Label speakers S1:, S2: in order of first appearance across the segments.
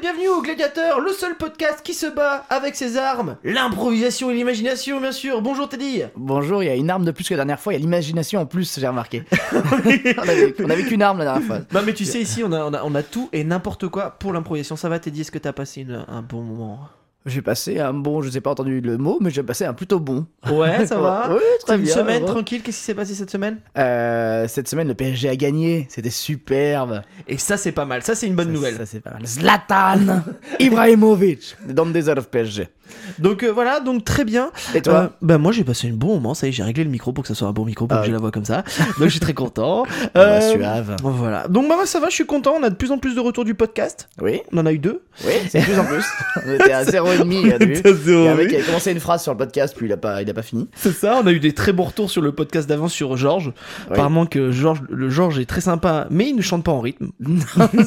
S1: bienvenue au Gladiateur, le seul podcast qui se bat avec ses armes, l'improvisation et l'imagination, bien sûr. Bonjour Teddy.
S2: Bonjour, il y a une arme de plus que la dernière fois, il y a l'imagination en plus, j'ai remarqué. on, avait, on avait qu'une arme la dernière fois.
S1: Non mais tu sais ici on a, on a, on a tout et n'importe quoi pour l'improvisation. Ça va Teddy, est-ce que t'as passé une- un bon moment
S2: J'ai passé un bon, je sais pas entendu le mot, mais j'ai passé un plutôt bon.
S1: Ouais, ça va.
S2: Oui,
S1: C'était
S2: très
S1: une
S2: bien.
S1: semaine
S2: ouais.
S1: tranquille, qu'est-ce qui s'est passé cette semaine
S2: Euh, cette semaine, le PSG a gagné, c'était superbe.
S1: Et ça c'est pas mal, ça c'est une bonne
S2: Ça,
S1: nouvelle.
S2: Ça, c'est pas mal. Zlatan Ibrahimovic Don't deserve PSG.
S1: Donc euh, voilà, donc très bien.
S2: Et toi
S1: Euh, bah moi j'ai passé un bon moment, ça y est, j'ai réglé le micro pour que ça soit un bon micro, pour
S2: Ah
S1: que
S2: oui.
S1: j'ai la voix comme ça. Donc je suis très content.
S2: Euh,
S1: Euh,
S2: Suave.
S1: Voilà. Donc bah moi ça va, je suis content, on a de plus en plus de retours du podcast.
S2: Oui,
S1: On en a eu deux.
S2: oui, c'est de plus en plus. On était à 0,5, t'as vu Il y a un mec qui avait commencé une phrase sur le podcast, puis il a pas, il a pas fini.
S1: C'est ça, on a eu des très bons retours sur le podcast d'avant sur Georges. Apparemment que Georges, le Georges est très sympa, mais il ne chante pas en rythme.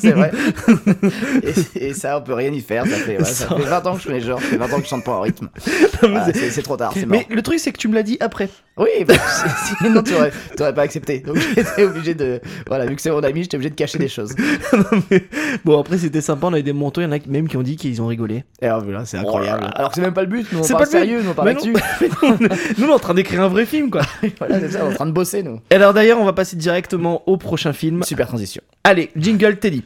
S2: C'est vrai. et, et ça, on peut rien y faire. Ça fait, ouais, ça
S1: Ça-
S2: fait 20 ans que je connais Georges, ça fait 20 ans que je chante pas en rythme. Voilà, Ah, c'est c'est trop tard, c'est mort.
S1: mais le truc c'est que tu me l'as dit après.
S2: Oui, bah, c'est- sinon tu aurais, tu aurais pas accepté. Donc j'étais obligé de. Voilà, vu que c'est mon ami, j'étais obligé de cacher des choses.
S1: Bon après c'était sympa, on a eu des montants, il y en a même qui ont dit qu'ils ont rigolé.
S2: Et alors voilà, c'est incroyable. Alors que c'est même pas le but, nous on
S1: C'est
S2: parle
S1: pas le but.
S2: sérieux, nous on parle
S1: Mais non.
S2: là-dessus.
S1: Nous on est en train d'écrire un vrai film quoi.
S2: Voilà, c'est ça, on est en train de bosser nous.
S1: Et alors d'ailleurs on va passer directement au prochain film.
S2: Super transition.
S1: Allez, jingle Teddy.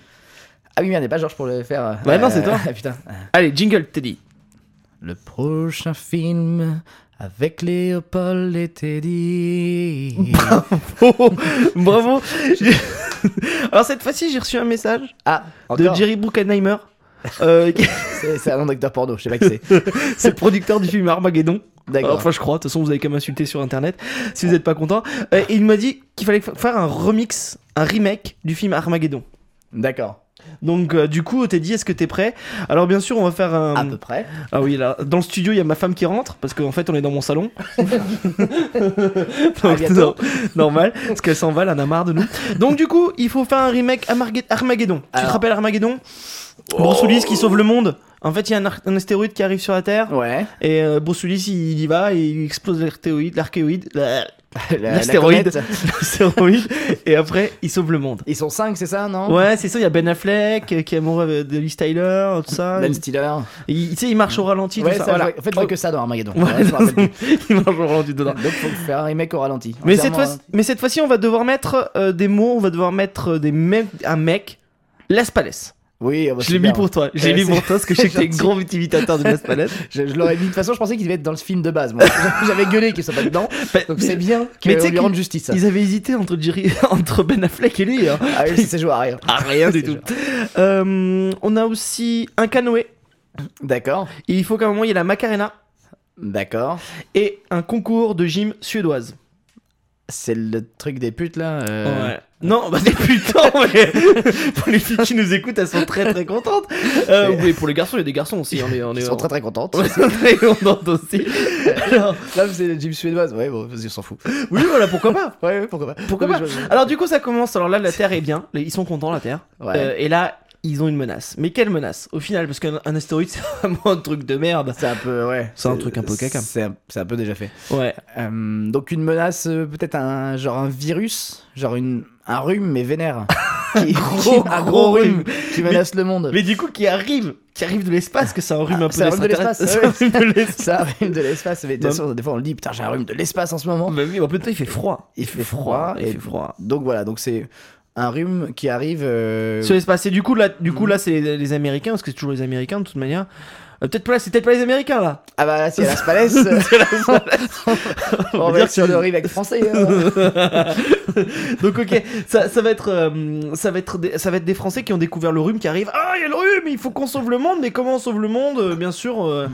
S2: Ah oui, merde, n'est pas Georges pour le faire. euh,
S1: Ouais, non, c'est toi.
S2: Ah, putain.
S1: Allez, jingle Teddy.
S2: Le prochain film avec Léopold et Teddy.
S1: Oh, bravo. J'ai- Alors cette fois-ci, j'ai reçu un message
S2: ah,
S1: de
S2: encore.
S1: Jerry Bruckheimer. euh, qui-
S2: C'est c'est un nom d'acteur porno, je sais pas qui c'est.
S1: c'est le producteur du film Armageddon.
S2: D'accord.
S1: Enfin, je crois. De toute façon, vous avez qu'à m'insulter sur internet si vous n'êtes pas content. Euh, et il m'a dit qu'il fallait fa- faire un remix, un remake du film Armageddon.
S2: D'accord.
S1: Donc, euh, du coup, t'es dit, est-ce que t'es prêt Alors, bien sûr, on va faire un.
S2: À peu près.
S1: Ah oui, là, dans le studio, il y a ma femme qui rentre parce qu'en fait, on est dans mon salon. Donc,
S2: bientôt.
S1: non, normal, parce qu'elle s'en va, elle en a marre de nous. Donc, du coup, il faut faire un remake Amargue- Armageddon. Tu te
S2: Alors. Oh.
S1: rappelles Armageddon Bruce Willis qui sauve le monde. En fait, il y a un, ar- un astéroïde qui arrive sur la Terre
S2: Ouais.
S1: et euh, Bruce Willis, il, il y va et il explose l'artéroïde, l'archéoïde, la-
S2: La- la
S1: L'astéroïde.
S2: comète.
S1: l'astéroïde et après, il sauve le monde.
S2: Ils sont 5, c'est ça, non
S1: Ouais, c'est ça, il y a Ben Affleck euh, qui est amoureux de Liz Tyler, tout ça.
S2: Ben
S1: Il-
S2: Stiller.
S1: il- Tu sais, il marche au ralenti,
S2: Ouais,
S1: tout ça.
S2: ça,
S1: voilà.
S2: je vois- En fait, je vois que ça dans Armageddon.
S1: Ouais,
S2: Ouais, je me rappelle plus.
S1: il marche au ralenti dedans.
S2: Donc, faut faire un remake au ralenti.
S1: Mais cette,
S2: Entièrement,
S1: fois, mais cette fois-ci, on va devoir mettre euh, des mots, on va devoir mettre euh, des mecs, un mec. Las Palais.
S2: hein. Oui, ah bah,
S1: je l'ai
S2: super.
S1: mis pour toi. J'ai mis
S2: Ouais, c'est-
S1: pour toi parce que je sais que t'es
S2: gentil.
S1: grand utilisateur de Las Palais.
S2: Je, je l'aurais mis. De toute façon, je pensais qu'il devait être dans le film de base. moi. J'avais gueulé qu'il soit pas dedans.
S1: Bah,
S2: Donc, c'est bien
S1: Mais tu sais
S2: qu'on lui
S1: qu'il-
S2: rende justice. ça.
S1: Ils avaient hésité entre, Jerry, entre Ben Affleck et lui. hein.
S2: Ah oui, c'est joué à rien.
S1: Ah, rien du
S2: C'est
S1: tout. Euh, on a aussi un canoë.
S2: D'accord.
S1: Et il faut qu'à un moment, il y ait la Macarena
S2: D'accord.
S1: et un concours de gym suédoise.
S2: C'est le truc des putes, là. euh,
S1: Ouais. Non, bah des putains, mais pour les filles qui nous écoutent, elles sont très très contentes. Euh,
S2: C'est-
S1: oui, pour les garçons, il y a des garçons aussi. On est, on
S2: Ils
S1: est,
S2: sont très très contentes.
S1: on est très contentes aussi. Alors,
S2: Là, c'est le gym suédoise. Ouais, bon, vas-y, on s'en fout.
S1: oui, voilà, pourquoi pas
S2: Ouais, ouais, pourquoi pas.
S1: Pourquoi
S2: Non,
S1: pas
S2: mais je-
S1: Alors du coup, ça commence. Alors là, la Terre est bien. Ils sont contents, la Terre.
S2: Ouais.
S1: Euh, et là, ils ont une menace. Mais quelle menace Au final, parce qu'un un astéroïde, c'est vraiment un truc de merde.
S2: C'est un peu, ouais.
S1: C'est un truc un peu caca.
S2: C'est un- c'est un peu déjà fait.
S1: Ouais.
S2: Euh, donc une menace, euh, peut-être un genre un virus, genre une, un rhume mais vénère. Qui-
S1: gros,
S2: un
S1: gros rhume.
S2: qui menace le monde.
S1: Mais du coup, qui arrive, qui arrive de l'espace, que c'est un rhume un peu
S2: c'est un rhume de
S1: d'extraterrestre.
S2: l'espace,
S1: C'est un rhume de l'espace.
S2: Ça, un rhume de l'espace, mais bien
S1: Non.
S2: sûr, des fois on le dit, putain, j'ai un rhume de l'espace en ce moment.
S1: Bah oui, mais en même temps, il fait froid.
S2: Il fait froid,
S1: Il
S2: et-
S1: fait froid.
S2: Donc voilà, donc c'est un rhume qui arrive. euh,
S1: sur l'espace. Et du coup, là, du coup, là c'est les, les Américains, parce que c'est toujours les Américains de toute manière. Euh, peut-être pas, là, c'est peut-être pas les Américains là.
S2: Ah bah là, c'est Las Palais. euh, on
S1: va
S2: va
S1: dire
S2: dire sur
S1: que-
S2: le remake français. hein.
S1: Donc ok, ça, ça va être, euh, ça va être, des, ça va être des Français qui ont découvert le rhume qui arrive. Ah, il y a le rhume, il faut qu'on sauve le monde, mais comment on sauve le monde Euh, Bien sûr. euh.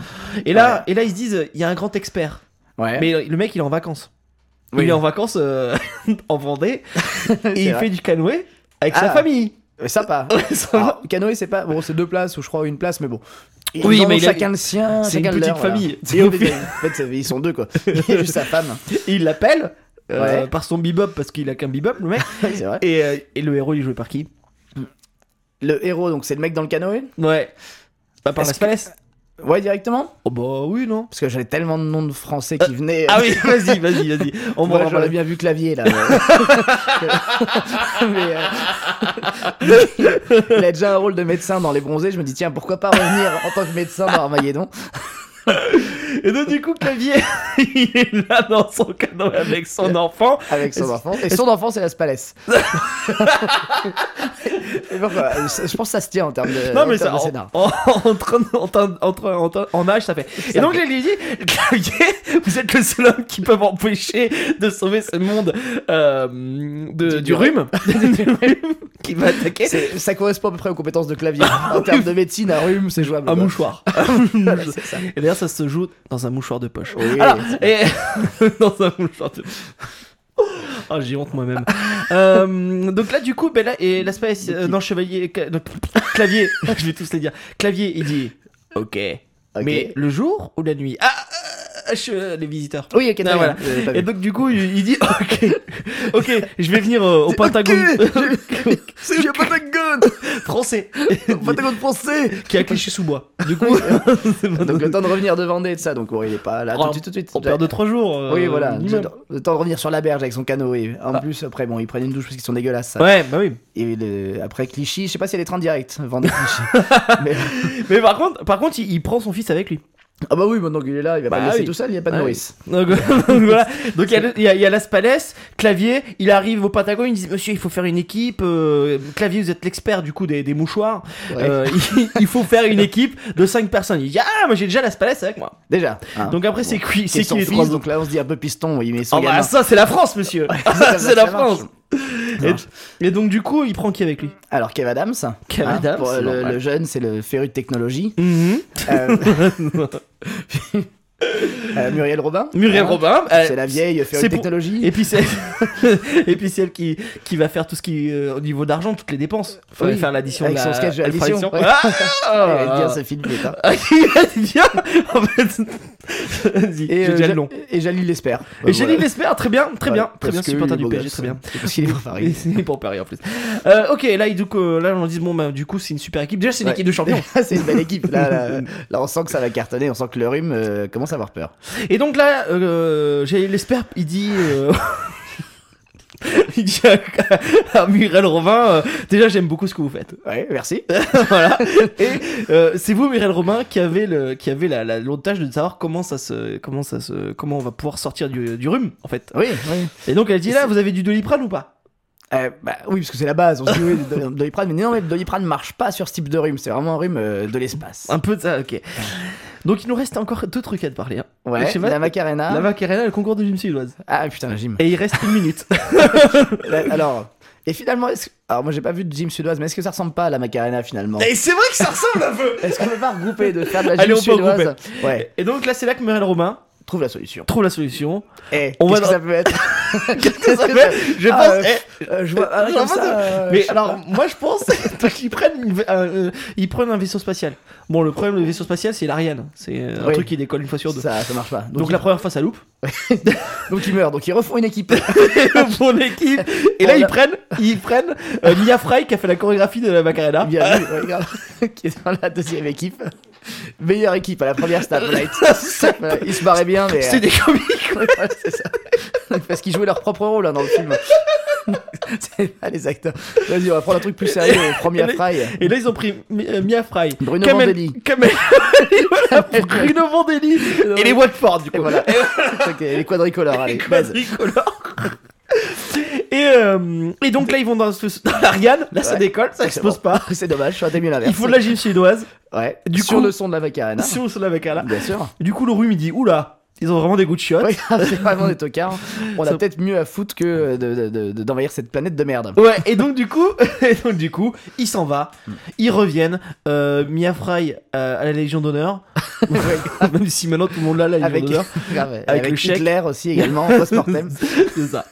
S1: Et là, et là, ils se disent, euh, il y a un grand expert.
S2: Ouais.
S1: Mais le mec, il est en vacances.
S2: Eh. Oui.
S1: Il est en vacances euh, en Vendée et il
S2: vrai.
S1: fait du canoë avec sa
S2: Ah.
S1: famille.
S2: Mais sympa.
S1: Ça va.
S2: Alors, Ah, canoë, c'est pas. Bon, c'est deux places ou je crois une place, mais bon. Ils
S1: Oui,
S2: en ont
S1: mais il a-
S2: chacun le sien.
S1: C'est une
S2: chacun le
S1: petite
S2: leur, voilà.
S1: famille.
S2: Et au final- en fait, c'est- ils sont deux quoi. Il y a juste sa femme.
S1: Et il l'appelle euh,
S2: Ouais.
S1: par son bebop parce qu'il a qu'un bebop le mec.
S2: C'est vrai.
S1: et, euh, et le héros, il est joué par qui
S2: Le héros, donc c'est le mec dans le canoë
S1: Ouais. Bah, par
S2: Est-ce
S1: Las Palais.
S2: Ouais, directement
S1: Oh bah oui, non
S2: Parce que j'avais tellement de noms de français qui venaient.
S1: Ah oui, vas-y, vas-y, vas-y. On va
S2: Moi,
S1: en
S2: j'aurais
S1: parler.
S2: bien vu clavier là. mais- Mais, euh, il a déjà un rôle de médecin dans Les Bronzés. Je me dis, tiens, pourquoi pas revenir en tant que médecin dans Armageddon
S1: Et donc, du coup, Clavier, il est là dans son canot avec son enfant.
S2: avec son enfant. Et son enfant, c'est la Spalès. Et pourquoi euh, je pense que ça se tient en termes de,
S1: Non,
S2: en
S1: mais
S2: termes
S1: ça.
S2: Euh, de
S1: En,
S2: scénar.
S1: en, entre, entre, entre, entre- en âge, ça fait. Et
S2: Ça
S1: donc,
S2: fait.
S1: elle lui dit Clavier, vous êtes le seul homme qui peut m'empêcher de sauver ce monde euh, de, du,
S2: du
S1: rhume. Du rhume qui va attaquer. Ah,
S2: C'est- Ça correspond à peu près aux compétences de clavier. en termes de médecine, un rhume, c'est jouable.
S1: Un
S2: quoi.
S1: mouchoir.
S2: Voilà, c'est ça.
S1: Et d'ailleurs, ça se joue dans un mouchoir de poche.
S2: Oui.
S1: Ah, Alors, et dans un mouchoir de Oh, j'ai honte moi-même. Euh, donc là, du coup, ben là, et l'aspect. euh, non, chevalier. ca- non, clavier, je vais tous les dire. Clavier, il dit Ok.
S2: Ok.
S1: Mais le jour ou la nuit Ah euh, je- Les visiteurs.
S2: Oui, ok, très
S1: Ah,
S2: bien.
S1: voilà.
S2: Euh, pas
S1: Et
S2: vu.
S1: donc, du coup, il, il dit Ok, ok, je vais venir euh, au Pentagone.
S2: C'est le Pentagone
S1: français.
S2: Pentagone français
S1: qui est à Clichy-sous-Bois. Du coup, c'est bon.
S2: Donc le temps de revenir de Vendée et de ça, donc bon, il est pas là
S1: Oh,
S2: tout de suite, tout de suite.
S1: on perd de 3 jours. euh,
S2: Oui, voilà.
S1: minimum.
S2: Le temps de revenir sur la berge avec son canot. Et en plus, après, bon, ils prennent une douche parce qu'ils sont dégueulasses. ça.
S1: Ouais, bah oui.
S2: Et le- après Clichy, je sais pas s'il y a des trains directs. Vendée Clichy. Mais-
S1: Mais par contre, par contre, il, il prend son fils avec lui.
S2: Ah bah oui, maintenant qu'il est là, il va pas
S1: Bah
S2: le laisser
S1: oui.
S2: tout seul, il y a pas de
S1: Ah
S2: nourrice.
S1: Donc, donc voilà. Donc il y a le- il y a, il y a Las Palais, Clavier, il arrive au Patagone, il dit Monsieur, il faut faire une équipe. euh, Clavier, vous êtes l'expert du coup des, des mouchoirs.
S2: Ouais.
S1: Euh, il, il faut faire une équipe de 5 personnes. Il dit Ah, moi j'ai déjà Las Palais avec moi.
S2: Déjà. hein.
S1: Donc après, c'est qui
S2: C'est
S1: C'est qui les
S2: France,
S1: fils
S2: donc là on se dit un peu piston, oui, mais son
S1: Oh bah
S2: gamin.
S1: ça, c'est la France, monsieur.
S2: ça,
S1: c'est la
S2: ça marche.
S1: France.
S2: Ça marche.
S1: Et, et donc du coup, il prend qui avec lui
S2: Alors Kev Adams, hein,
S1: Kev Adams,
S2: pour
S1: c'est
S2: le,
S1: normal.
S2: le jeune, c'est le féru de technologie.
S1: Mhm.
S2: Euh, euh, Muriel Robin.
S1: Muriel
S2: hein,
S1: Robin. euh,
S2: C'est la vieille féru
S1: c'est
S2: de
S1: pour-
S2: technologie.
S1: Et puis c'est et puis c'est elle qui qui va faire tout ce qui euh, au niveau d'argent toutes les dépenses. Faut
S2: Oui,
S1: faire l'addition
S2: avec
S1: de la,
S2: son sketch de
S1: elle fera
S2: l'addition, Elle
S1: Ah,
S2: aime bien ce film, putain.
S1: Ah, il est bien en fait. Vas-y,
S2: Et,
S1: j'ai
S2: euh,
S1: déjà le
S2: Ja-
S1: nom.
S2: et Jalil l'espère.
S1: Et Jalil l'espère, très bien, très bien,
S2: Voilà,
S1: très bien,
S2: parce que
S1: supporter
S2: il est
S1: du
S2: beau
S1: PSG,
S2: gosse.
S1: très bien.
S2: C'est parce qu'il est pour Paris.
S1: Et c'est pour Paris en plus. Euh, ok, là, du coup, euh, là, on dit bon, bah, du coup, c'est une super équipe. Déjà, c'est une
S2: Ouais.
S1: équipe de champions.
S2: c'est une belle équipe. Là, là, là, on sent que ça va cartonner. On sent que le rhume euh, commence à avoir peur.
S1: Et donc là, euh, Jalil l'espère, il dit. euh, il dit à, à Muriel Robin, euh, déjà, j'aime beaucoup ce que vous faites.
S2: Ouais, merci.
S1: voilà. Et euh, c'est vous, Mireille Romain, qui avez le, qui avez la, la lourde tâche de savoir comment ça se, comment ça se, comment on va pouvoir sortir du, du rhume, en fait.
S2: Oui, oui.
S1: Et donc elle dit là, vous avez du doliprane ou pas
S2: Euh, bah, oui, parce que c'est la base. On se dit oui, le do- Doliprane, mais non, mais le Doliprane marche pas sur ce type de rhume. C'est vraiment un rhume euh, de l'espace.
S1: Un peu de ça, ok. Donc il nous reste encore deux trucs à te parler. hein. je
S2: Ouais,
S1: sais pas-
S2: la Macarena.
S1: La Macarena, et le concours de gym suédoise.
S2: Ah putain, la gym.
S1: Et il reste une minute.
S2: La- Alors, et finalement, est-ce que- alors moi j'ai pas vu de gym suédoise, mais est-ce que ça ressemble pas à la Macarena finalement
S1: et c'est vrai que ça ressemble un peu.
S2: Est-ce qu'on peut pas regrouper de faire de la gym
S1: Allez, on peut
S2: suédoise Ouais,
S1: Et donc là, c'est là que Mireille Romain
S2: trouve la solution.
S1: trouve la solution.
S2: Eh,
S1: On
S2: qu'est-ce
S1: va
S2: que
S1: dans-
S2: ça peut être
S1: Qu'est-ce que ça fait Je
S2: Ah,
S1: pense.
S2: euh,
S1: eh,
S2: Euh, Je vois. ah,
S1: Je
S2: comme
S1: vois
S2: ça,
S1: pas
S2: euh, je
S1: Mais
S2: sais
S1: alors, moi je pense qu'ils prennent, une va- euh, euh, ils prennent un vaisseau spatial. Bon, le problème du vaisseau spatial, c'est l'Ariane. C'est euh, un
S2: Oui.
S1: truc qui décolle une fois sur deux.
S2: Ça, ça marche pas. Donc,
S1: Donc,
S2: il-
S1: la première fois, ça loupe.
S2: donc ils meurent, donc ils refont une équipe.
S1: pour l'équipe. Et là,
S2: Bon,
S1: ils
S2: là-
S1: prennent, ils prennent euh, Mia Frye qui a fait la chorégraphie de la Macarena.
S2: Bien vu, regarde, qui est dans la deuxième équipe. Meilleure équipe à la première Starlight. Voilà, ils se barraient bien, mais. euh,
S1: C'est des comiques.
S2: Ouais, c'est ça. Parce qu'ils jouaient leur propre rôle hein, dans le film. c'est pas les acteurs. Vas-y, on va prendre un truc plus sérieux. Première
S1: Et-
S2: Fry.
S1: Et là, ils ont pris Mi- euh, Mia Frye.
S2: Bruno
S1: Kamel-
S2: Vandelli.
S1: Kamel- voilà, Bruno Vandelli. Et les Watford, du
S2: Et
S1: coup.
S2: voilà. Ok, les quadricolores, allez, base.
S1: Quadricolore. Et, euh, et donc là, ils vont dans, ce- dans l'Ariane. Là, ça
S2: Ouais.
S1: décolle, ça explose
S2: bon.
S1: pas.
S2: C'est dommage, j'aurais mieux l'inverse.
S1: Il faut de la gym suédoise.
S2: Ouais.
S1: Du
S2: Sur
S1: coup-
S2: le son de la Macarena.
S1: Si on se lave avec là.
S2: Bien sûr.
S1: Du coup, le rhume, il dit Oula, ils ont vraiment des goûts de chiottes.
S2: Ouais, c'est vraiment des tocards. On
S1: Ça-
S2: a peut-être mieux à foutre que de- de- de- de- d'envahir cette planète de merde.
S1: Ouais. et donc, du coup, et donc, du coup il s'en va.
S2: Hmm.
S1: Ils reviennent. Euh, Mia Fry euh, à la Légion d'honneur. Même si maintenant tout le monde l'a, la Légion
S2: Avec,
S1: d'honneur.
S2: grave, avec,
S1: le chèque.
S2: Hitler aussi également, post-mortem.
S1: C'est ça.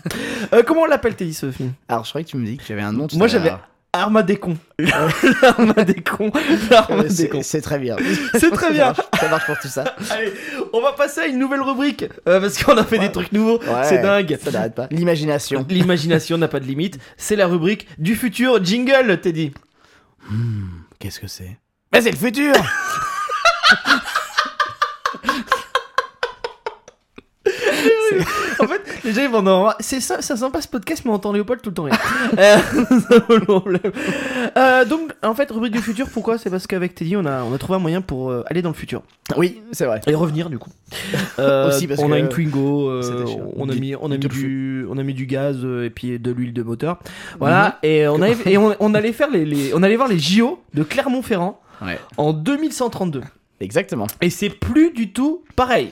S1: Euh, comment on l'appelle, Teddy, ce film
S2: Alors je croyais que tu me dis que j'avais un nom. tout
S1: Moi,
S2: à l'heure.
S1: j'avais- Arma des cons. L'arma des cons. L'arma
S2: Euh,
S1: des
S2: C'est
S1: cons.
S2: c'est très bien.
S1: C'est très bien.
S2: Ça marche, ça marche pour tout ça.
S1: Allez, on va passer à une nouvelle rubrique. euh, parce qu'on a fait des trucs nouveaux.
S2: Ouais,
S1: C'est dingue.
S2: Ça n'arrête pas. L'imagination.
S1: L'imagination n'a pas de limite. C'est la rubrique du futur jingle, Teddy.
S2: Qu'est-ce que c'est Mais c'est le futur
S1: En fait, les gens ils vont en c'est ça, c'est sympa ce podcast, mais on entend Léopold tout le temps. rire. Euh, c'est un peu le problème. Euh, donc, en fait, rubrique du futur, pourquoi C'est parce qu'avec Teddy, on a, on a trouvé un moyen pour euh, aller dans le futur
S2: Oui, c'est vrai.
S1: et revenir du coup. Euh,
S2: Aussi parce
S1: on a
S2: que-
S1: une Twingo, euh,
S2: C'était chiant.
S1: on a
S2: Du-
S1: mis, on a
S2: du
S1: mis
S2: turfu.
S1: du, on a mis du gaz euh, et puis de l'huile de moteur. Voilà. Et on allait, et on, on allait Mhm. faire les, les- on allait voir les JO de Clermont-Ferrand
S2: Ouais.
S1: en 2132.
S2: Exactement.
S1: Et c'est plus du tout pareil.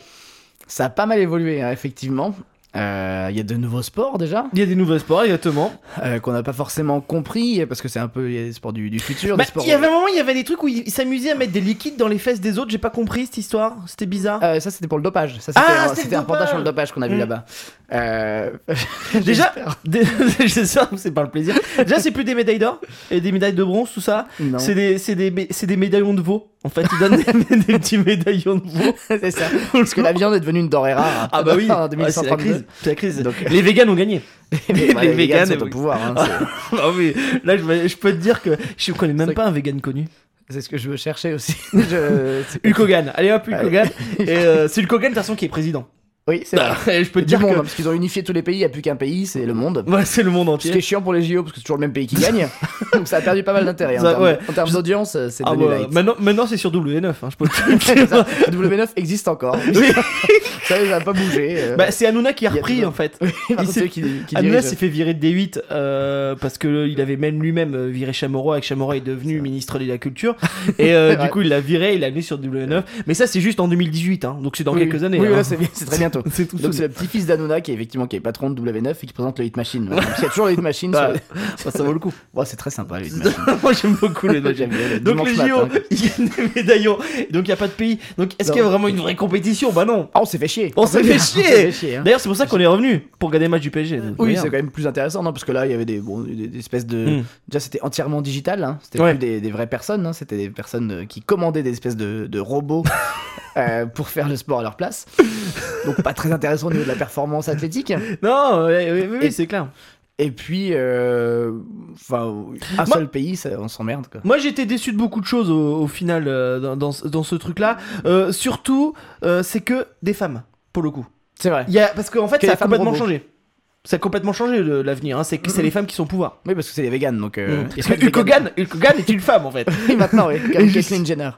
S2: Ça a pas mal évolué, hein, effectivement. Euh, Il y a de nouveaux sports déjà
S1: Il y a des nouveaux sports exactement.
S2: euh, qu'on n'a pas forcément compris parce que c'est un peu les sports du, du futur.
S1: Bah,
S2: des sports,
S1: il y avait un moment, il y avait des trucs où ils ils s'amusaient à mettre des liquides dans les fesses des autres. J'ai pas compris cette histoire. C'était bizarre.
S2: Euh, ça c'était pour le dopage. Ça, c'était
S1: Ah,
S2: un-
S1: c'était le
S2: c'était un reportage sur le
S1: dopage.
S2: dopage qu'on a vu
S1: Mm.
S2: là-bas. Euh,
S1: Déjà,
S2: j'espère.
S1: des- c'est ça, c'est pas le plaisir. Déjà, c'est plus des médailles d'or et des médailles de bronze, tout ça.
S2: Non.
S1: C'est des, c'est des, mé- c'est des médaillons de veau. En fait, ils donnent des, des petits médaillons de veau.
S2: c'est ça. Parce que la viande est devenue une denrée rare.
S1: Ah bah oui,
S2: En
S1: Ah, c'est la
S2: 2132.
S1: crise. C'est la crise.
S2: Donc-
S1: Les véganes ont gagné.
S2: Mais bah,
S1: Les
S2: les
S1: véganes,
S2: véganes sont
S1: oui.
S2: au pouvoir. hein, c'est-
S1: Ah oui, là, je, vais- je peux te dire que je connais même
S2: C'est-
S1: pas un vegan connu.
S2: c'est ce que je veux chercher aussi. Je- c'est-
S1: Hulk Hogan. Allez hop, Hulk
S2: Allez.
S1: Hogan. Et euh, c'est Hulk Hogan, de toute façon, qui est président. Bah,
S2: Oui, c'est vrai.
S1: Et je peux te
S2: Du
S1: dire
S2: monde, hein,
S1: Ah. que
S2: parce qu'ils ont unifié tous les pays, il n'y a plus qu'un pays, c'est le monde.
S1: Ouais, c'est le monde
S2: Ce qui est
S1: entier.
S2: chiant pour les JO, parce que c'est toujours le même pays qui gagne. Donc ça a perdu pas mal d'intérêt. hein, En
S1: Ça,
S2: termes,
S1: ouais.
S2: en termes d'audience, euh, c'est
S1: Ah
S2: devenu
S1: bah,
S2: light.
S1: maintenant, maintenant c'est sur W9, hein, je peux te
S2: C'est
S1: dire.
S2: ça. Le W9 existe encore.
S1: Oui.
S2: ça, ça n'a pas bougé. euh.
S1: Bah, c'est Hanouna qui a
S2: Il y a
S1: repris
S2: toujours-
S1: en fait.
S2: Par contre,
S1: s'est- Ah,
S2: ceux qui, qui
S1: Hanouna
S2: dirigent.
S1: s'est fait virer de D8 euh, parce que le- il avait même lui-même euh, viré Chamorro et que Chamorro est devenu ministre de la Culture. Et euh,
S2: C'est
S1: du
S2: vrai.
S1: coup, il l'a viré, il l'a mis sur W9. Mais ça, c'est juste en 2018, hein, donc c'est dans
S2: Oui,
S1: quelques années.
S2: Oui,
S1: hein.
S2: voilà, c'est c'est très bientôt.
S1: C'est tout
S2: Donc
S1: ça.
S2: c'est le petit-fils d'Anouna qui est effectivement qui est patron de W9 et qui présente le Hit Machine. Voilà. Donc, Il y a toujours le Hit Machine. sur-
S1: Ouais. Enfin, Bah, ça vaut le coup.
S2: Bon, c'est très sympa le Hit Machine.
S1: Moi, j'aime beaucoup les
S2: J'aime bien le
S1: Donc
S2: dimanche
S1: les JO,
S2: matin.
S1: il y a des médaillons. Donc il n'y a pas de pays. Donc est-ce
S2: Non.
S1: qu'il y a vraiment une vraie compétition Bah non.
S2: Ah, on s'est fait chier.
S1: On s'est fait
S2: On
S1: chier.
S2: s'est fait chier. hein.
S1: D'ailleurs, c'est pour ça qu'on est revenu pour regarder le match du PSG.
S2: Oui, c'est quand même plus intéressant, non Parce que là, il y avait des, bon, des, des espèces de.
S1: Mm.
S2: Déjà, c'était entièrement digital, hein. c'était
S1: Ouais.
S2: plus des, des vraies personnes, hein. c'était des personnes euh, qui commandaient des espèces de, de robots euh, pour faire le sport à leur place. Donc, pas très intéressant au niveau de la performance athlétique.
S1: Non, ouais, ouais, ouais, ouais,
S2: Et-
S1: c'est clair.
S2: Et puis, euh, enfin, un
S1: Moi-
S2: seul pays, ça- on s'emmerde, quoi.
S1: Moi j'étais déçu de beaucoup de choses au, au final euh, dans, dans ce- dans ce truc là. surtout, euh, c'est que des femmes, pour le coup.
S2: C'est vrai.
S1: Il y a, parce qu'en fait, ça
S2: Que les
S1: a
S2: femmes
S1: complètement
S2: robots.
S1: changé. Ça a complètement changé le- l'avenir. hein. C'est que c'est les femmes qui sont au pouvoir.
S2: Oui, parce que c'est les véganes, donc. euh, il y a
S1: Parce
S2: pas
S1: que
S2: de
S1: Hulk
S2: véganes.
S1: Hogan, Hulk Hogan est une femme en fait.
S2: Oui, maintenant, oui. Comme
S1: juste-
S2: Caitlyn Jenner.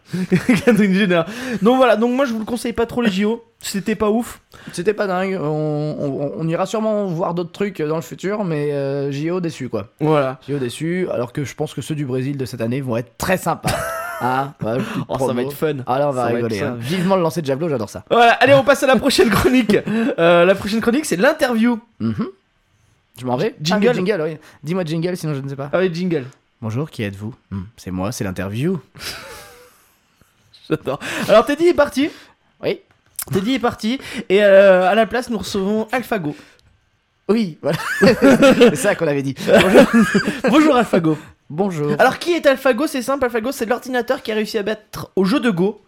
S1: Catherine Jenner. Donc voilà, donc moi je vous le conseille pas trop les JO. C'était pas ouf.
S2: C'était pas dingue. On, on- on ira sûrement voir d'autres trucs dans le futur, mais euh, JO déçu, quoi.
S1: Voilà.
S2: JO déçu, alors que je pense que ceux du Brésil de cette année vont être très sympas. ah, ouais, petite
S1: Oh, ça
S2: promo.
S1: va être fun.
S2: Ah là, on va
S1: Ça va
S2: rigoler.
S1: être ça.
S2: hein. Vivement le lancer de javelot, j'adore ça.
S1: Voilà, allez, on passe à la prochaine chronique. Euh, la prochaine chronique, c'est l'interview.
S2: Mhm. Je m'en vais.
S1: Jingle.
S2: Ah, mais jingle, oui. Dis-moi jingle, sinon je ne sais pas.
S1: Ah ouais, jingle.
S2: Bonjour, qui êtes-vous Hmm, C'est moi, c'est l'interview.
S1: J'adore. Alors, Teddy est parti.
S2: Oui.
S1: Teddy est parti. Et euh, à la place, nous recevons AlphaGo.
S2: Oui, voilà. c'est ça qu'on avait dit. Bonjour.
S1: Bonjour AlphaGo.
S2: Bonjour.
S1: Alors, qui est AlphaGo C'est simple, AlphaGo, c'est l'ordinateur qui a réussi à battre au jeu de Go.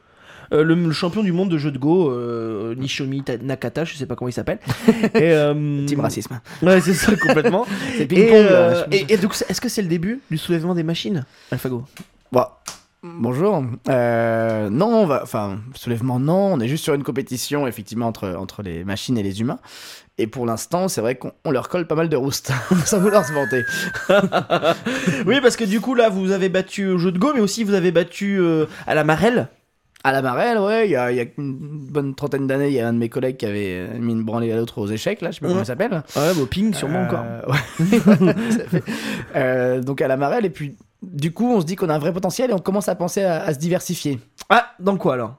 S1: euh, le, le champion du monde de jeu de Go, euh, Nishomi Ta- Nakata, je sais pas comment il s'appelle. Et, euh,
S2: Team racisme.
S1: Ouais, c'est ça complètement.
S2: C'est
S1: et,
S2: ping-pong, là,
S1: euh,
S2: je pense.
S1: et, et donc, c'est- est-ce que c'est le début du soulèvement des machines, AlphaGo
S2: Bon. Bah,
S1: Mm.
S2: Bonjour. Euh, non, on va, enfin, soulèvement, non. On est juste sur une compétition, effectivement, entre, entre les machines et les humains. Et pour l'instant, c'est vrai qu'on on leur colle pas mal de roustes, sans vouloir se vanter.
S1: Oui, parce que du coup, là, vous avez battu au jeu de Go, mais aussi vous avez battu euh, à la Marelle.
S2: À la Marelle, ouais, il y a, il y a une bonne trentaine d'années, il y a un de mes collègues qui avait euh, mis une branlée à l'autre aux échecs, là, je sais pas comment
S1: Ouais.
S2: il s'appelle.
S1: Ouais, bah, au ping, sûrement
S2: Euh,
S1: encore.
S2: ouais, voilà, tout à fait. Euh, donc à la Marelle, et puis du coup, on se dit qu'on a un vrai potentiel et on commence à penser à- à se diversifier.
S1: Ah, dans quoi alors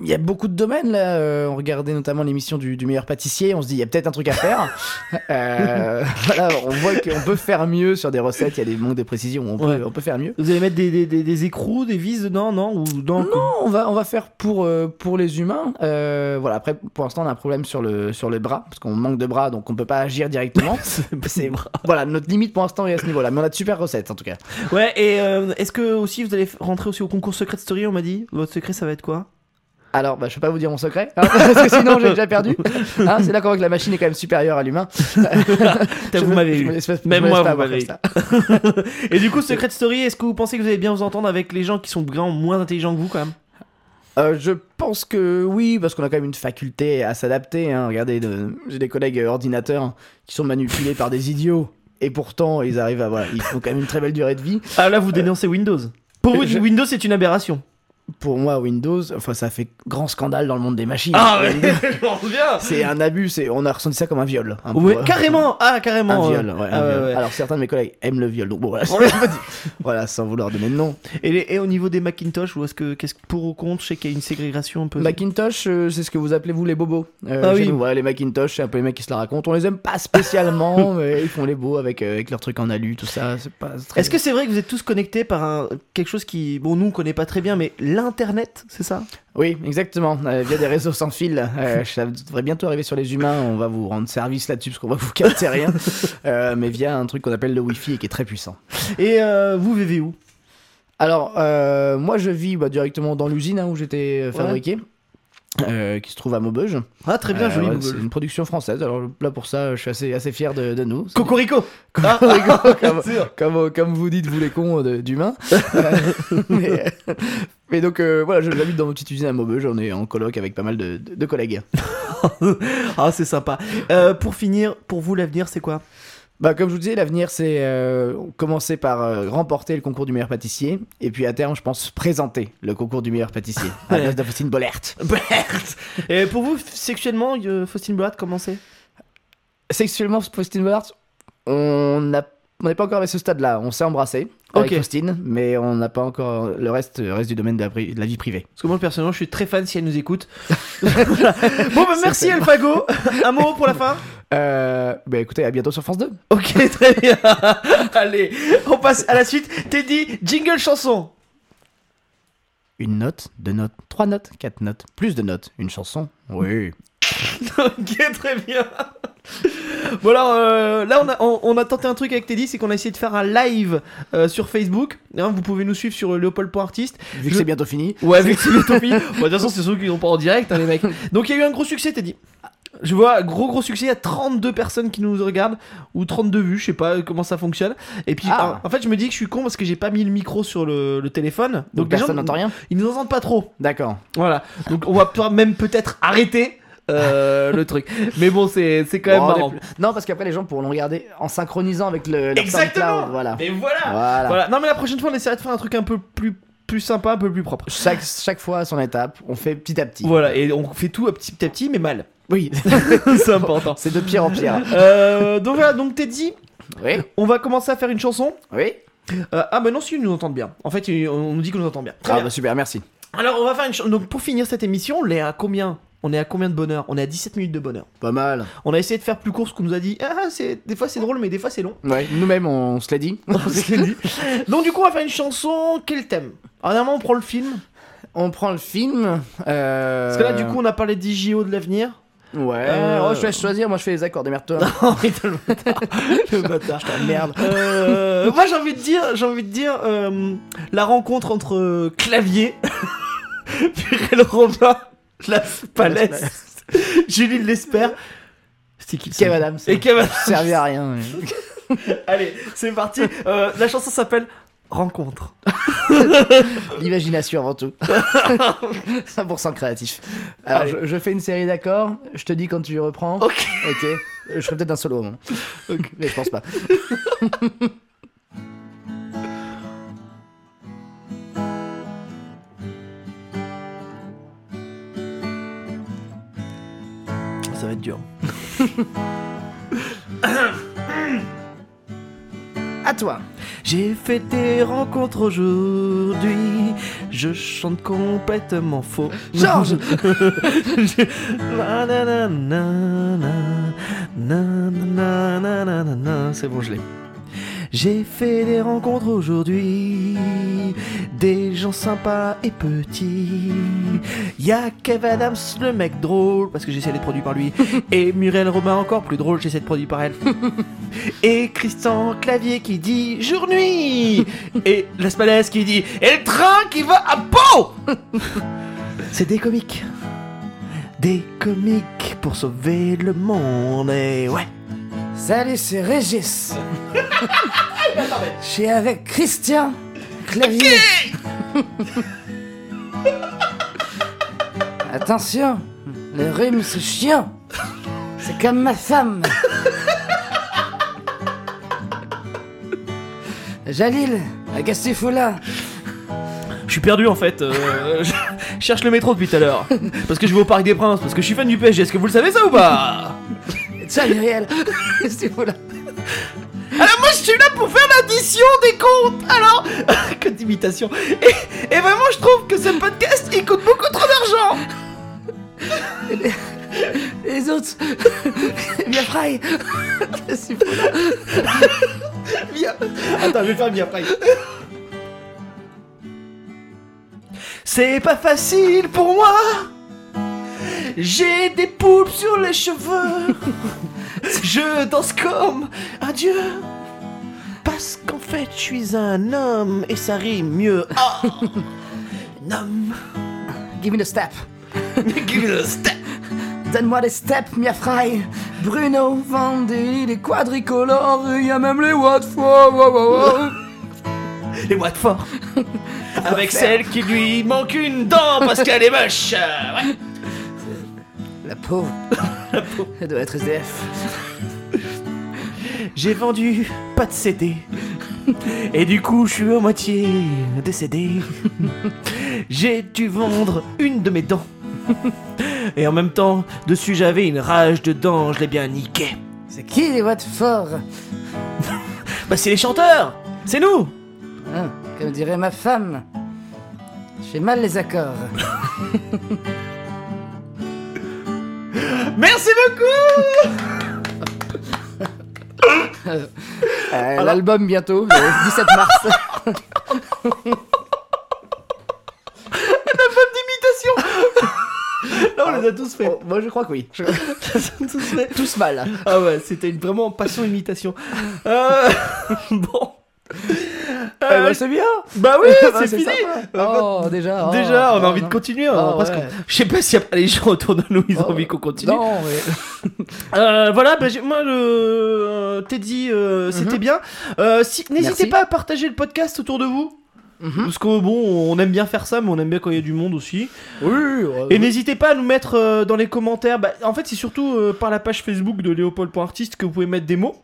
S2: Il y a beaucoup de domaines là. euh, on regardait notamment l'émission du, du meilleur pâtissier. On se dit il y a peut-être un truc à faire. Euh, voilà, on voit qu'on peut faire mieux sur des recettes. Il y a des manques de précision. On peut,
S1: Ouais.
S2: on peut faire mieux.
S1: Vous allez mettre des, des, des, des écrous, des vis dedans, non Ou dans
S2: Non, on va on va faire pour euh, pour les humains. Euh, voilà. Après, pour l'instant, on a un problème sur le sur les bras parce qu'on manque de bras, donc on peut pas agir directement. C'est voilà notre limite pour l'instant est à ce niveau-là. Mais on a de super recettes en tout cas.
S1: Ouais, et euh, est-ce que aussi vous allez f- rentrer aussi au concours Secret Story On m'a dit, votre secret, ça va être quoi
S2: Alors, bah, je peux pas vous dire mon secret, hein, parce que sinon j'ai déjà perdu. Hein, c'est là qu'on voit que la machine est quand même supérieure à l'humain.
S1: T'as,
S2: Je
S1: vous
S2: me-
S1: m'avez
S2: je
S1: eu.
S2: me laisse pas- je
S1: Même
S2: me laisse
S1: moi,
S2: pas
S1: vous
S2: avoir
S1: m'avez
S2: comme
S1: eu.
S2: ça.
S1: Et du coup, Secret Story, est-ce que vous pensez que vous allez bien vous entendre avec les gens qui sont vraiment moins intelligents que vous quand même
S2: Euh, je pense que oui, parce qu'on a quand même une faculté à s'adapter. hein. Regardez, de- j'ai des collègues euh, ordinateurs qui sont manipulés par des idiots. Et pourtant, ils arrivent à. Voilà, ils ont quand même une très belle durée de vie.
S1: Ah là, vous dénoncez Windows. Pour vous,
S2: Euh, je-
S1: Windows, c'est une aberration.
S2: Pour moi, Windows, enfin, ça fait grand scandale dans le monde des machines.
S1: Ah
S2: Windows,
S1: j'en reviens.
S2: C'est un abus, c'est- on a ressenti ça comme un viol. hein, pour-
S1: Ouais, carrément. Ah, carrément. euh.
S2: Un viol, ouais, un
S1: Ah, ouais,
S2: viol.
S1: ouais.
S2: Alors certains de mes collègues aiment le viol, donc bon, voilà, voilà sans vouloir donner de nom.
S1: Et, les- et au niveau des Macintosh, ou est-ce que qu'est-ce que pour ou contre, je sais qu'il y a une ségrégation un peu.
S2: Macintosh, euh, c'est ce que vous appelez vous les bobos. Euh,
S1: Ah
S2: chez
S1: oui.
S2: nous, voilà, les Macintosh, c'est un peu les mecs qui se la racontent. On les aime pas spécialement, mais ils font les beaux avec, euh, avec leurs trucs en alu, tout ça. C'est pas très.
S1: Est-ce que c'est vrai que vous êtes tous connectés par un, quelque chose qui, bon, nous on connaît pas très bien, mais l'internet, c'est ça
S2: Oui, exactement. Euh, via des réseaux sans fil. Euh, ça devrait bientôt arriver sur les humains. On va vous rendre service là-dessus parce qu'on va vous capter rien. Euh, mais via un truc qu'on appelle le Wi-Fi et qui est très puissant.
S1: Et euh, vous vivez où
S2: Alors, euh, moi, je vis bah, directement dans l'usine hein, où j'étais euh,
S1: Ouais.
S2: fabriqué, euh, qui se trouve à Maubeuge.
S1: Ah, très bien,
S2: Euh,
S1: joli.
S2: ouais,
S1: Google.
S2: c'est une production française. Alors là, pour ça, je suis assez, assez fier de, de nous.
S1: Cocorico.
S2: comme,
S1: C'est sûr.
S2: comme, euh, comme vous dites, vous les cons de- d'humains. Euh, mais, mais donc, euh, voilà, je- j'habite dans mon petite usine à Maubeuge. On est en coloc avec pas mal de, de- de collègues.
S1: ah, c'est sympa. Euh, pour finir, pour vous l'avenir, c'est quoi
S2: Bah, comme je vous disais, l'avenir, c'est euh, commencer par euh, remporter le concours du meilleur pâtissier. Et puis, à terme, je pense présenter le concours du meilleur pâtissier à la place de Faustine Bollert.
S1: Berthe Et pour vous, sexuellement, euh, Faustine Bollard, comment c'est
S2: sexuellement Faustine Bollard, on a- on n'est pas encore à ce stade-là. On s'est embrassé avec
S1: Ok.
S2: Faustine, mais on n'a pas encore le reste, le reste du domaine de la, pri- de la vie privée.
S1: Parce que moi, personnellement, je suis très fan si elle nous écoute. bon, bah, merci Alphago. Un mot pour la fin
S2: Euh, bah écoutez, à bientôt sur France 2.
S1: Ok, très bien. Allez, on passe à la suite. Teddy, jingle chanson.
S2: Une note, deux notes, trois notes, quatre notes, plus de notes, une chanson. Oui.
S1: ok, très bien. Bon alors euh, là on a, on, on a tenté un truc avec Teddy, c'est qu'on a essayé de faire un live euh, sur Facebook. Hein, vous pouvez nous suivre sur leopold.artiste.
S2: Vu que
S1: Je-
S2: c'est bientôt fini.
S1: Ouais, avec Teletubbies. Bon, de toute façon, c'est ceux qui n'ont pas en direct, hein, les mecs. Donc, il y a eu un gros succès, t'as dit. Je vois, gros gros succès, il y a 32 personnes qui nous regardent, ou 32 vues, je sais pas comment ça fonctionne. Et puis,
S2: Ah.
S1: en, en fait, je me dis que je suis con parce que j'ai pas mis le micro sur le, le téléphone.
S2: Donc,
S1: Donc, les gens,
S2: personne n'entend rien.
S1: ils nous entendent pas trop.
S2: D'accord.
S1: Voilà. Donc, on va peut- même peut-être arrêter euh, le truc. Mais bon, c'est c'est quand même
S2: Bon, on est
S1: marrant.
S2: plus- Non, parce qu'après les gens pourront le regarder en synchronisant avec le. leur
S1: Exactement
S2: SoundCloud, Voilà.
S1: Mais voilà.
S2: Voilà.
S1: voilà Non, mais la prochaine fois, on essaiera de faire un truc un peu plus, plus sympa, un peu plus propre.
S2: Chaque, chaque fois à son étape, on fait petit à petit.
S1: Voilà, et on fait tout à petit à petit, mais mal.
S2: Oui,
S1: c'est important.
S2: c'est de pire en pire.
S1: Euh, donc voilà, donc Teddy,
S2: Oui,
S1: on va commencer à faire une chanson.
S2: oui.
S1: Euh, ah bah non, si, ils nous entendent bien. En fait, ils- on nous dit qu'on nous entend bien. Très
S2: Ah,
S1: bien.
S2: bah, super, merci.
S1: Alors, on va faire une chanson. Donc pour finir cette émission, on est à combien On est à combien de bonheur On est à 17 minutes de bonheur.
S2: Pas mal.
S1: On a essayé de faire plus court ce qu'on nous a dit. Ah, c'est des fois c'est drôle, mais des fois c'est long.
S2: Ouais, nous-mêmes, on se l'a dit.
S1: On s'est dit. donc du coup, on va faire une chanson. Quel thème Alors normalement, on prend le film.
S2: on prend le film. euh,
S1: Parce que là, du coup, on a parlé des JO de l'avenir.
S2: Ouais,
S1: Euh,
S2: oh, je te laisse choisir, moi je fais les accords, démerde-toi.
S1: Oh, putain, le bâtard. Le bâtard.
S2: Merde.
S1: Euh, moi j'ai envie de dire, j'ai envie de dire euh, la rencontre entre euh, Clavier, Pierre Robin, la Palès, Julie Lespère, Sticky
S2: Kev Adams.
S1: et Kev Adams.
S2: Servi à rien. mais-
S1: Allez, c'est parti. Euh, la chanson s'appelle Rencontre.
S2: L'imagination avant tout. 100% créatif. Alors,
S1: Allez.
S2: je, je fais une série d'accords, je te dis quand tu reprends.
S1: Ok.
S2: Ok. Je ferai peut-être un solo au moment. Mais je pense pas.
S1: Ça va être dur.
S2: À toi.
S1: J'ai fait des rencontres aujourd'hui. Je chante complètement faux.
S2: Georges
S1: Je- Na, na, na, na, na, na, na, na, na, na, na. C'est bon, je l'ai. J'ai fait des rencontres aujourd'hui, des gens sympas et petits. Y'a Kev Adams, le mec drôle, parce que j'essaie d'être produit par lui, et Muriel Robin encore plus drôle, j'essaie d'être produit par elle. Et Christian Clavier qui dit jour-nuit Et Las Palais qui dit Et le train qui va à Pau C'est des comiques Des comiques pour sauver le monde Et ouais
S2: Salut, c'est Régis. Je suis avec Christian Clavier.
S3: Attention, le rhume c'est chiant. C'est comme ma femme. Jalil, à Gastifoula,
S1: Je suis perdu en fait. euh, je cherche le métro depuis tout à l'heure. Parce que je vais au Parc des Princes, parce que je suis fan du PSG. Est-ce que vous le savez ça ou pas
S3: tiens Muriel, Gastifoula.
S1: Alors moi je suis là pour faire l'addition des comptes. Alors que d'imitation. Et, et vraiment je trouve que ce podcast il coûte beaucoup trop d'argent.
S3: Les autres, bien fry. Gastifoula.
S1: Bien. Attends, je vais faire bien après. C'est pas facile pour moi. J'ai des poulpes sur les cheveux. Je danse comme un dieu. Parce qu'en fait, je suis un homme et ça rime mieux. Ah, un homme.
S3: Give me the step.
S1: Give it a step.
S3: Donne-moi des steps, mia fry. Bruno, Vandy, les quadricolores, y a même les Watford. wow, wow, wow.
S1: Les Watford. Avec celle qui lui manque une dent parce qu'elle est moche. Ouais.
S3: La pauvre. Elle doit être SDF.
S1: J'ai vendu pas de CD. Et du coup, je suis à moitié décédé. J'ai dû vendre une de mes dents. Et en même temps, dessus j'avais une rage de dents, je l'ai bien niqué.
S3: C'est qui les Watford
S1: Bah, c'est les chanteurs C'est nous
S3: Hein, Comme dirait ma femme. Je fais mal les accords.
S1: Merci beaucoup
S2: Euh, L'album bientôt, le 17 mars.
S1: Là, on les a tous fait.
S2: Oh, moi je crois que oui. Je-
S1: tous fait.
S2: Tous mal.
S1: Ah ouais, c'était une- vraiment passion imitation. Euh, bon.
S2: Eh ben,
S1: Euh,
S2: c'est bien.
S1: bah oui,
S2: bah,
S1: c'est
S2: c'est
S1: fini.
S2: Oh, déjà. oh,
S1: Déjà, on a
S2: oh,
S1: envie
S2: non.
S1: de continuer. hein, on a
S2: Ah,
S1: presque-
S2: ouais.
S1: Je sais pas s'il y a pas les gens autour de nous, ils ont
S2: Oh,
S1: envie qu'on continue.
S2: Non, mais.
S1: Euh, voilà, bah, j'ai- moi, le... Teddy, euh, c'était bien. Euh, si... N'hésitez
S2: Mhm. Merci.
S1: pas à partager le podcast autour de vous.
S2: Mhm.
S1: Parce que bon, on aime bien faire ça, mais on aime bien quand il y a du monde aussi.
S2: Oui, ouais,
S1: Et
S2: Euh, oui.
S1: n'hésitez pas à nous mettre euh, dans les commentaires. Bah, en fait, c'est surtout euh, par la page Facebook de léopold.artiste que vous pouvez mettre des mots.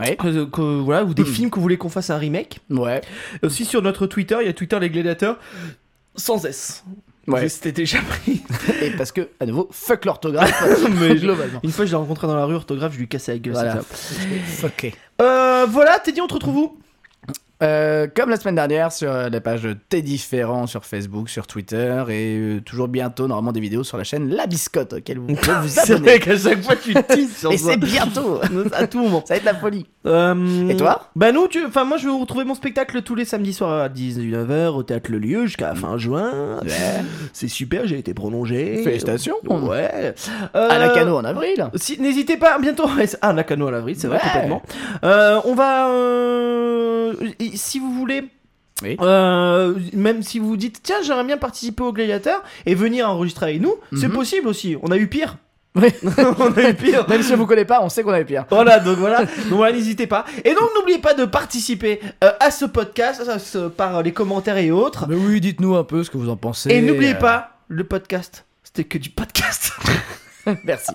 S1: Euh,
S2: Ouais.
S1: Que- que- voilà, ou des
S2: Mhm.
S1: films que vous voulez qu'on fasse un remake.
S2: Ouais.
S1: Et Aussi sur notre Twitter, il y a Twitter les Gladiateurs sans S.
S2: Ouais.
S1: C'était déjà pris.
S2: Et parce que, à nouveau, fuck l'orthographe,
S1: Mais je-
S2: globalement.
S1: Une fois, je l'ai rencontré dans la rue, orthographe, je lui cassais la gueule.
S2: Voilà.
S1: c'est ça.
S2: Fucké.
S1: Euh, voilà, Teddy, on te retrouve où
S2: Euh, comme la semaine dernière, sur euh, la page Teddy Ferrand sur Facebook, sur Twitter, et euh, toujours bientôt, normalement, des vidéos sur la chaîne La Biscotte, auquel vous pouvez vous
S1: C'est
S2: abonner.
S1: vrai qu'à chaque fois, tu teases sur
S2: Et
S1: ça.
S2: c'est bientôt
S1: à tout moment.
S2: Ça va être la folie
S1: Euh,
S2: Et toi
S1: Bah nous, tu... enfin moi je vais vous retrouver mon spectacle tous les samedis soirs à 19h au théâtre Le Lieu jusqu'à fin juin. C'est super, j'ai été prolongé.
S2: Félicitations.
S1: Ouais.
S2: À la
S1: Euh,
S2: cano en avril
S1: Si- N'hésitez pas, bientôt. Ah, Nakano à l'avril, c'est vrai,
S2: Ouais.
S1: complètement. Euh, on va. euh, et si vous voulez.
S2: Oui.
S1: euh, même si vous dites tiens j'aimerais bien participer au gladiateur et venir enregistrer avec nous c'est
S2: Mhm.
S1: possible aussi on a eu pire
S2: Oui.
S1: on a eu pire
S2: Même si on vous connaît pas, on sait qu'on avait pire.
S1: voilà donc voilà donc voilà, n'hésitez pas et donc n'oubliez pas de participer euh, à ce podcast à ce- par euh, les commentaires et autres
S2: Mais oui, dites-nous un peu ce que vous en pensez.
S1: et n'oubliez
S2: euh,
S1: pas le podcast c'était que du podcast
S2: Merci.